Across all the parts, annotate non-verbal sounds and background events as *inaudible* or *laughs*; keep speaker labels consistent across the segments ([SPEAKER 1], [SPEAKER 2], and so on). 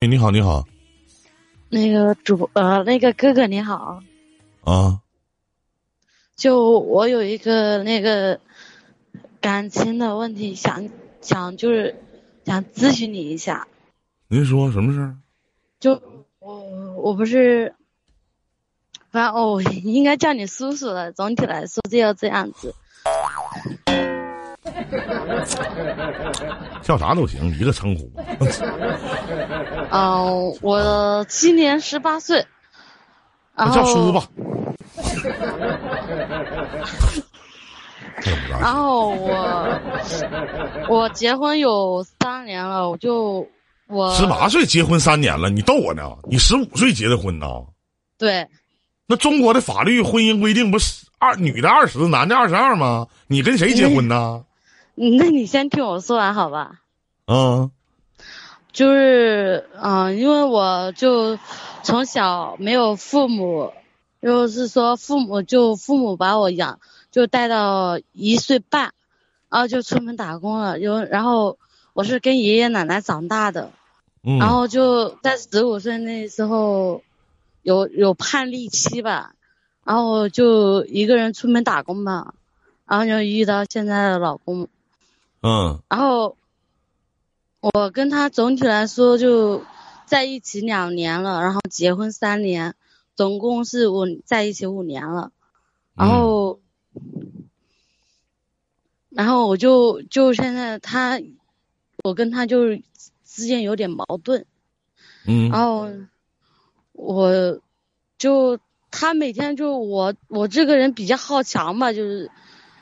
[SPEAKER 1] 哎你好，你好，
[SPEAKER 2] 那个主播，呃，那个哥哥你好，
[SPEAKER 1] 啊，
[SPEAKER 2] 就我有一个那个感情的问题，想想就是想咨询你一下。
[SPEAKER 1] 您说什么事儿？
[SPEAKER 2] 就我我不是，反正我、应该叫你叔叔了。总体来说就要这样子。
[SPEAKER 1] 叫啥都行，一个称 *laughs* 呼。
[SPEAKER 2] 嗯、我今年十八岁，
[SPEAKER 1] 那
[SPEAKER 2] 然后
[SPEAKER 1] 啊叫叔 *laughs* 吧。这不
[SPEAKER 2] 然
[SPEAKER 1] 让
[SPEAKER 2] 后我我结婚有三年了，我就我
[SPEAKER 1] 十八岁结婚三年了，你逗我呢？你十五岁结的婚呢？
[SPEAKER 2] 对。
[SPEAKER 1] 那中国的法律婚姻规定不是二女的二十，男的二十二吗？你跟谁结婚呢？
[SPEAKER 2] 嗯那你先听我说完好吧？
[SPEAKER 1] 嗯，
[SPEAKER 2] 就是，嗯、因为我就从小没有父母，就是说父母就父母把我养，就带到一岁半，然后就出门打工了。有，然后我是跟爷爷奶奶长大的，
[SPEAKER 1] 嗯
[SPEAKER 2] 然后就在十五岁那时候，有有叛逆期吧，然后就一个人出门打工嘛，然后就遇到现在的老公。
[SPEAKER 1] 嗯
[SPEAKER 2] 然后我跟他总体来说就在一起两年了，然后结婚三年，总共是五在一起五年了。然后，然后我就就现在他，我跟他就是之间有点矛盾，
[SPEAKER 1] 嗯
[SPEAKER 2] 然后我就他每天就我我这个人比较好强吧，就是，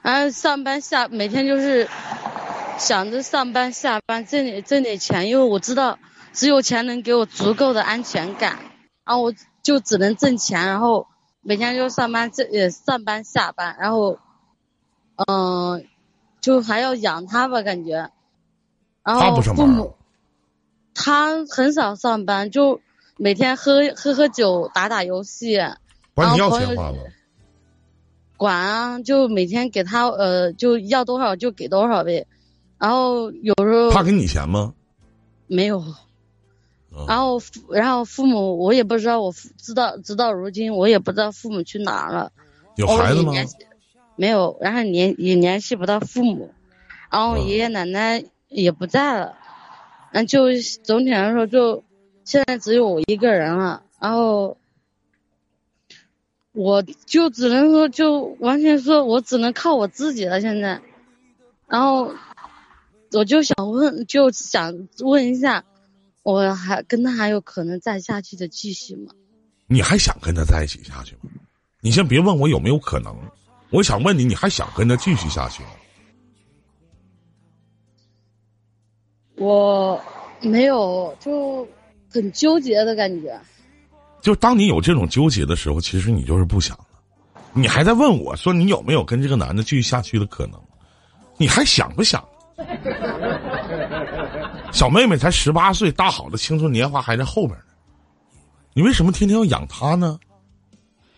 [SPEAKER 2] 然后上班下每天就是想着上班下班挣点挣点钱，因为我知道只有钱能给我足够的安全感，然后我就只能挣钱，然后每天就上班挣也上班下班，然后，嗯、就还要养他吧感觉，然
[SPEAKER 1] 他
[SPEAKER 2] 后
[SPEAKER 1] 不上
[SPEAKER 2] 父
[SPEAKER 1] 班啊
[SPEAKER 2] 母。他很少上班，就每天喝喝喝酒、打打游戏，
[SPEAKER 1] 管你
[SPEAKER 2] 然
[SPEAKER 1] 要
[SPEAKER 2] 后
[SPEAKER 1] 钱
[SPEAKER 2] 朋友
[SPEAKER 1] 花了，
[SPEAKER 2] 管啊，就每天给他呃，就要多少就给多少呗。然后有时
[SPEAKER 1] 他
[SPEAKER 2] 候
[SPEAKER 1] 给你钱吗？
[SPEAKER 2] 没有，
[SPEAKER 1] 嗯
[SPEAKER 2] 然后父然后父母我也不知道，我父知道直到如今我也不知道父母去哪儿了。
[SPEAKER 1] 有
[SPEAKER 2] 偶尔
[SPEAKER 1] 孩子
[SPEAKER 2] 哦也
[SPEAKER 1] 吗？
[SPEAKER 2] 联系没有，然后联也联系不到父母，然后
[SPEAKER 1] 嗯
[SPEAKER 2] 爷爷奶奶也不在了，嗯，就总体来说就现在只有我一个人了，然后我就只能说就完全说我只能靠我自己了现在，然后我就想问，就想问一下，我还跟他还有可能再下去的继续吗？
[SPEAKER 1] 你还想跟他在一起下去吗？你先别问我有没有可能，我想问你，你还想跟他继续下去吗？
[SPEAKER 2] 我没有，就很纠结的感觉。
[SPEAKER 1] 就当你有这种纠结的时候，其实你就是不想了。你还在问我说你有没有跟这个男的继续下去的可能？你还想不想？小妹妹才十八岁，大好的青春年华还在后边呢，你为什么天天要养她呢？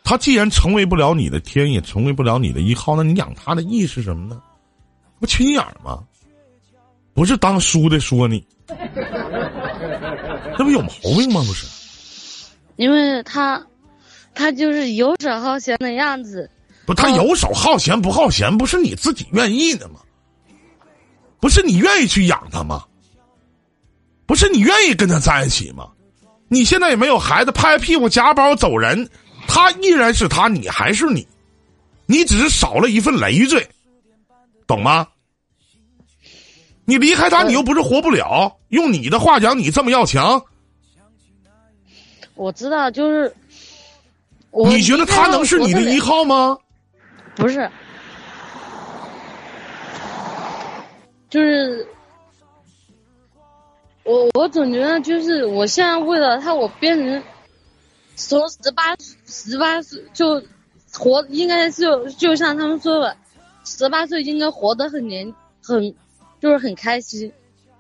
[SPEAKER 1] 她既然成为不了你的天，也成为不了你的依靠，那你养她的意义是什么呢？不缺眼儿吗？不是当叔的说你，那不有毛病吗？不是。
[SPEAKER 2] 因为他，他就是游手好闲的样子。
[SPEAKER 1] 不，他
[SPEAKER 2] 嗯
[SPEAKER 1] 游手好闲不好闲，不是你自己愿意的吗？不是你愿意去养他吗？不是你愿意跟他在一起吗？你现在也没有孩子，拍屁股夹包走人，他依然是他，你还是你，你只是少了一份累赘，懂吗？你离开他，
[SPEAKER 2] 嗯
[SPEAKER 1] 你又不是活不了。用你的话讲，你这么要强，
[SPEAKER 2] 我知道，就是我
[SPEAKER 1] 你觉得他能是你的依
[SPEAKER 2] 一？
[SPEAKER 1] 靠吗？
[SPEAKER 2] 不是，就是我，我总觉得就是我现在为了他，我变成从十八十八岁就活，应该是有就像他们说的，十八岁应该活得很年很，就是很开心，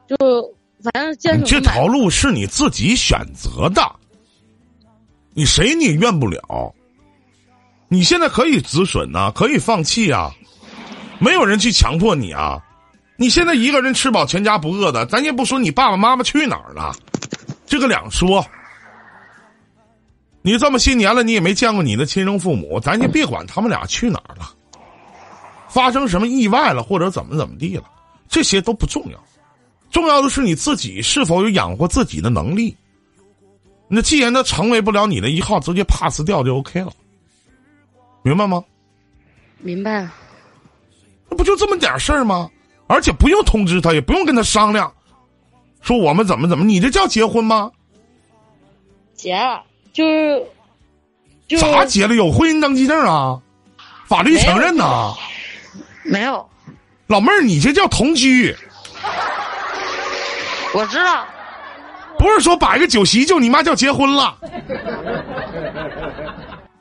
[SPEAKER 2] 就反正见
[SPEAKER 1] 你
[SPEAKER 2] 什
[SPEAKER 1] 这
[SPEAKER 2] 么买
[SPEAKER 1] 条路是你自己选择的，你谁你也怨不了。你现在可以止损呐、可以放弃啊，没有人去强迫你啊。你现在一个人吃饱全家不饿的，咱也不说你爸爸妈妈去哪儿了，这个两说。你这么些年了，你也没见过你的亲生父母，咱就别管他们俩去哪儿了，发生什么意外了，或者怎么怎么地了，这些都不重要，重要的是你自己是否有养活自己的能力。那既然他成为不了你的一号，直接 pass 掉就 OK 了，明白吗？
[SPEAKER 2] 明白了，
[SPEAKER 1] 那不就这么点事儿吗？而且不用通知他，也不用跟他商量，说我们怎么怎么，你这叫结婚吗？
[SPEAKER 2] 结了，啊就是，就是
[SPEAKER 1] 啥结了？有婚姻登记证啊，法律承认呐、
[SPEAKER 2] 没有，
[SPEAKER 1] 老妹儿，你这叫同居，
[SPEAKER 2] 我知道，
[SPEAKER 1] 不是说摆个酒席就你妈叫结婚了。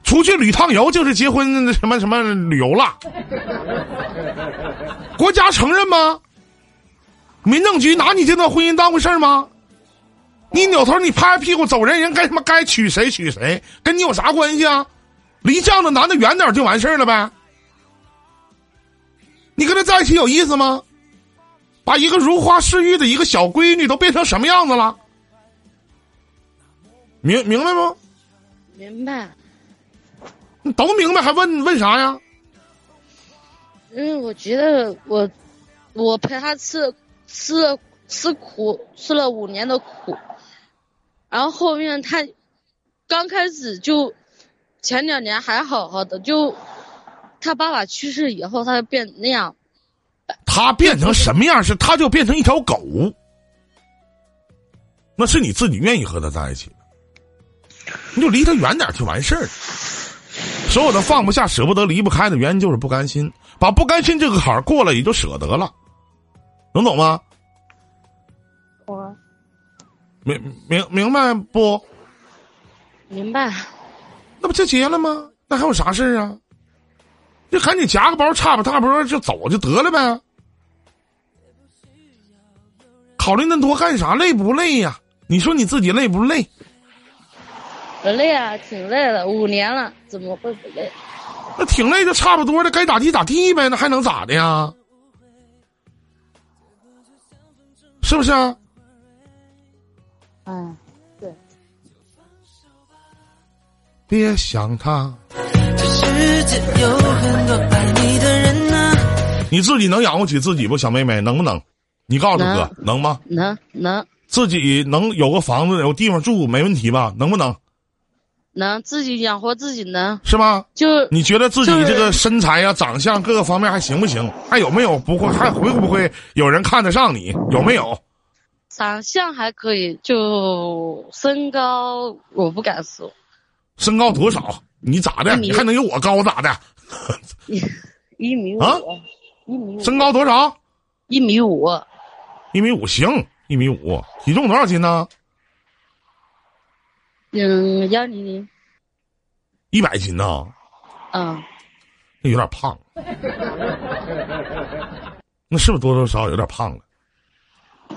[SPEAKER 1] 出去旅趟游就是结婚那什么什么旅游了，国家承认吗？民政局拿你这段婚姻当回事儿吗？你扭头你拍拍屁股走人，人该他妈该娶谁娶谁，跟你有啥关系啊？离这样的男的远点儿就完事儿了呗。你跟他在一起有意思吗？把一个如花似玉的一个小闺女都变成什么样子了？明明白不？
[SPEAKER 2] 明白。
[SPEAKER 1] 你都明白还问问啥呀？
[SPEAKER 2] 因为我觉得我，我陪他吃了吃了吃苦，吃了五年的苦，然后后面他刚开始就前两年还好好的，就他爸爸去世以后，他就变那样。
[SPEAKER 1] 他变成什么样是他就变成一条狗，那是你自己愿意和他在一起的，你就离他远点儿就完事儿。所有的放不下、舍不得、离不开的原因就是不甘心，把不甘心这个坎儿过了也就舍得了，能懂吗？
[SPEAKER 2] 我
[SPEAKER 1] 明明明白不？
[SPEAKER 2] 明白，
[SPEAKER 1] 那不就结了吗？那还有啥事儿啊？就赶紧夹个包，差吧大包就走就得了呗。考虑那么多干啥？累不累呀、你说你自己累不累？
[SPEAKER 2] 我累啊，挺累的，五年了，怎么会不累？
[SPEAKER 1] 那挺累就差不多了，该咋地咋地呗，那还能咋的呀？是不是啊？
[SPEAKER 2] 嗯，对，
[SPEAKER 1] 别想他，
[SPEAKER 3] 这世界有很多爱你的人啊呐、
[SPEAKER 1] 你自己能养活起自己不，小妹妹能不能？你告诉哥能吗？
[SPEAKER 2] 能能
[SPEAKER 1] 自己能有个房子有地方住没问题吧？能不能？
[SPEAKER 2] 能自己养活自己能，
[SPEAKER 1] 是吧？
[SPEAKER 2] 就
[SPEAKER 1] 你觉得自己
[SPEAKER 2] 就是
[SPEAKER 1] 这个身材呀、长相各个方面还行不行？还有没有不会？还会不会有人看得上你？有没有？
[SPEAKER 2] 长相还可以，就身高我不敢说，
[SPEAKER 1] 身高多少？你咋的？
[SPEAKER 2] 一米
[SPEAKER 1] 你还能有我高咋的？
[SPEAKER 2] 一米五
[SPEAKER 1] 啊，
[SPEAKER 2] 一米五，
[SPEAKER 1] 身高多少？
[SPEAKER 2] 一米五，
[SPEAKER 1] 一米五行，一米五。体重多少斤呢？
[SPEAKER 2] 嗯，幺零零，
[SPEAKER 1] 一百斤呢？
[SPEAKER 2] 嗯，
[SPEAKER 1] 那有点胖。 *laughs* 那是不是多多少少有点胖了？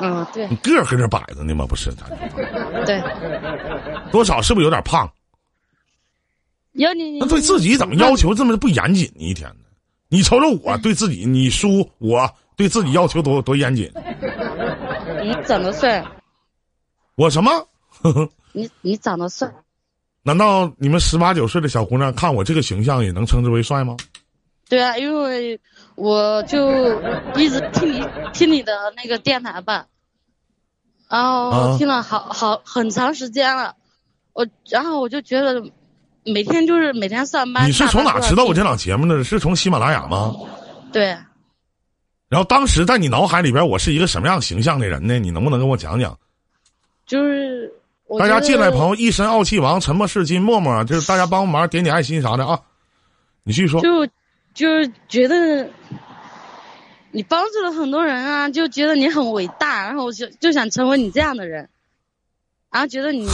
[SPEAKER 2] 嗯，对
[SPEAKER 1] 你个儿跟这摆着呢吗？不是，
[SPEAKER 2] 对，
[SPEAKER 1] 多少是不是有点胖？
[SPEAKER 2] 幺零零，
[SPEAKER 1] 那对自己怎么要求这么不严谨呢？一天呢？你瞅瞅我对自己，你叔我对自己要求多多严谨。
[SPEAKER 2] 你长得帅，
[SPEAKER 1] 我什么？
[SPEAKER 2] 你你长得帅，
[SPEAKER 1] 难道你们十八九岁的小姑娘看我这个形象也能称之为帅吗？
[SPEAKER 2] 对啊，因为我就一直听你听你的那个电台吧，然后
[SPEAKER 1] 啊
[SPEAKER 2] 听了好好很长时间了，我然后我就觉得每天就是每天上班，
[SPEAKER 1] 你是
[SPEAKER 2] 下班
[SPEAKER 1] 从哪
[SPEAKER 2] 都要
[SPEAKER 1] 知道我
[SPEAKER 2] 听
[SPEAKER 1] 这档节目的？是从喜马拉雅吗？
[SPEAKER 2] 对，
[SPEAKER 1] 然后当时在你脑海里边，我是一个什么样形象的人呢？你能不能跟我讲讲？
[SPEAKER 2] 就是我
[SPEAKER 1] 大家进来，朋
[SPEAKER 2] 友
[SPEAKER 1] 友，一身傲气王，沉默是金，默默，就是大家帮忙点点爱心啥的啊。你继续 *laughs* 说，
[SPEAKER 2] 就就是觉得你帮助了很多人啊，就觉得你很伟大，然后我就就想成为你这样的人，然后觉得你，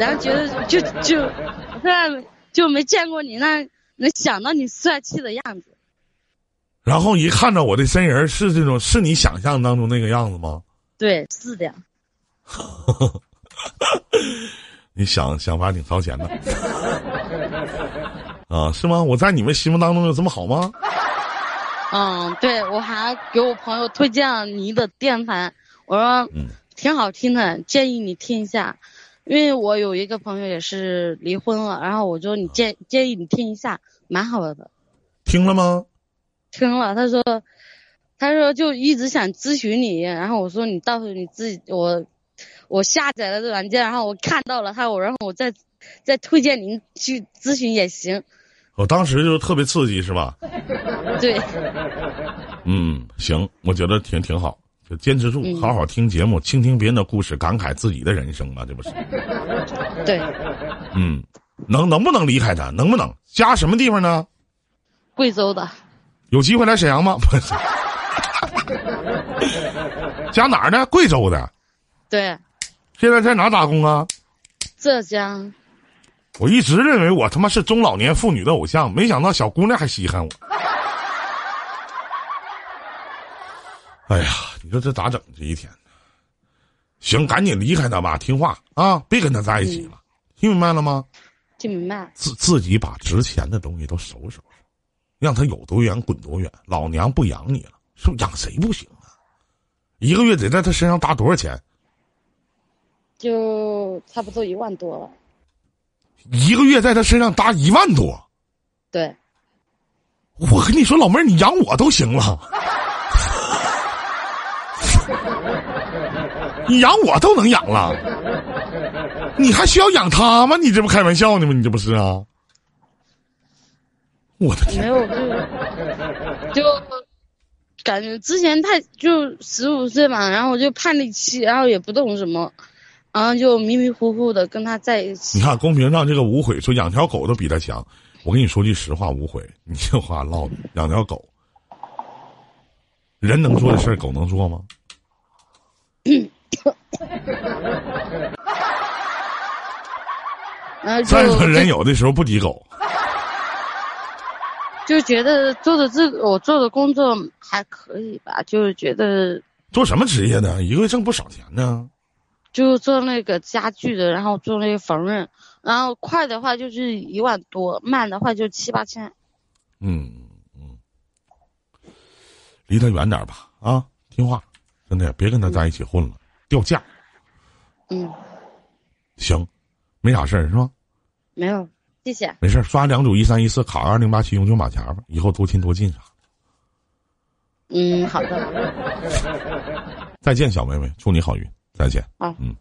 [SPEAKER 2] 然后觉得就就我现在就没见过你那能想到你帅气的样子，
[SPEAKER 1] 然后一看着我的真人是这种，是你想象当中那个样子吗？
[SPEAKER 2] 对，是的，
[SPEAKER 1] 你想想法挺超前的 *laughs* 啊，是吗？我在你们心目当中有这么好吗？
[SPEAKER 2] 嗯，对我还给我朋友推荐了你的电台，我说
[SPEAKER 1] 嗯
[SPEAKER 2] 挺好听的，建议你听一下。因为我有一个朋友也是离婚了，然后我就你建建议你听一下，蛮好的。
[SPEAKER 1] 听了吗？
[SPEAKER 2] 听了，他说，他说就一直想咨询你，然后我说你到时候你自己我，我下载了这软件，然后我看到了他，我然后我再再推荐您去咨询也行。
[SPEAKER 1] 我当时就特别刺激，是吧？
[SPEAKER 2] 对，
[SPEAKER 1] 嗯，行，我觉得挺挺好，就坚持住，好好听节目，倾听别人的故事，感慨自己的人生嘛，啊这不是？
[SPEAKER 2] 对，
[SPEAKER 1] 嗯，能能不能离开他？能不能家什么地方呢？
[SPEAKER 2] 贵州的
[SPEAKER 1] 有机会来沈阳吗？ *laughs* 不是，家哪儿呢？贵州的。
[SPEAKER 2] 对，
[SPEAKER 1] 现在在哪打工啊？
[SPEAKER 2] 浙江
[SPEAKER 1] 我一直认为我他妈是中老年妇女的偶像，没想到小姑娘还稀罕我。哎呀，你说这咋整？这一天，行，赶紧离开他吧，听话啊，别跟他在一起了，听明白了吗？
[SPEAKER 2] 听明白？
[SPEAKER 1] 自自己把值钱的东西都收拾收拾，让他有多远滚多远。老娘不养你了，是不是养谁不行啊？一个月得在他身上搭多少钱？
[SPEAKER 2] 就差不多一万多了。
[SPEAKER 1] 一个月在他身上搭一万多。
[SPEAKER 2] 对，
[SPEAKER 1] 我跟你说，老妹儿，你养我都行了， *laughs* 你养我都能养了，你还需要养他吗？你这不开玩笑呢吗？你这不是啊？我的天
[SPEAKER 2] 没！有 *laughs* 就就感觉之前太就十五岁嘛，然后我就叛逆期，然后也不懂什么，然后就迷迷糊糊的跟他在一
[SPEAKER 1] 你
[SPEAKER 2] 起。
[SPEAKER 1] 看公屏上这个无悔说养条狗都比他强，我跟你说句实话，无悔，你这话唠的，养条狗，人能做的事儿，狗能做吗？
[SPEAKER 2] 然后
[SPEAKER 1] 再说
[SPEAKER 2] 就
[SPEAKER 1] 人有的时候不敌狗，
[SPEAKER 2] 就觉得做的这个我做的工作还可以吧，就是觉得
[SPEAKER 1] 做什么职业呢？一个月挣不少钱呢。
[SPEAKER 2] 就做那个家具的，然后做那个缝纫，然后快的话就是一万多，慢的话就七八千。
[SPEAKER 1] 嗯，嗯，离他远点儿吧，啊，听话，真的别跟他在一起混了，掉价。
[SPEAKER 2] 嗯，
[SPEAKER 1] 行，没啥事儿是吧？
[SPEAKER 2] 没有，谢谢。
[SPEAKER 1] 没事儿刷两组一三一四卡二零八七永久马甲吧，以后多亲多近啥。
[SPEAKER 2] 嗯，好的，
[SPEAKER 1] 再见，小妹妹，祝你好运，再见。
[SPEAKER 2] 好，
[SPEAKER 1] 嗯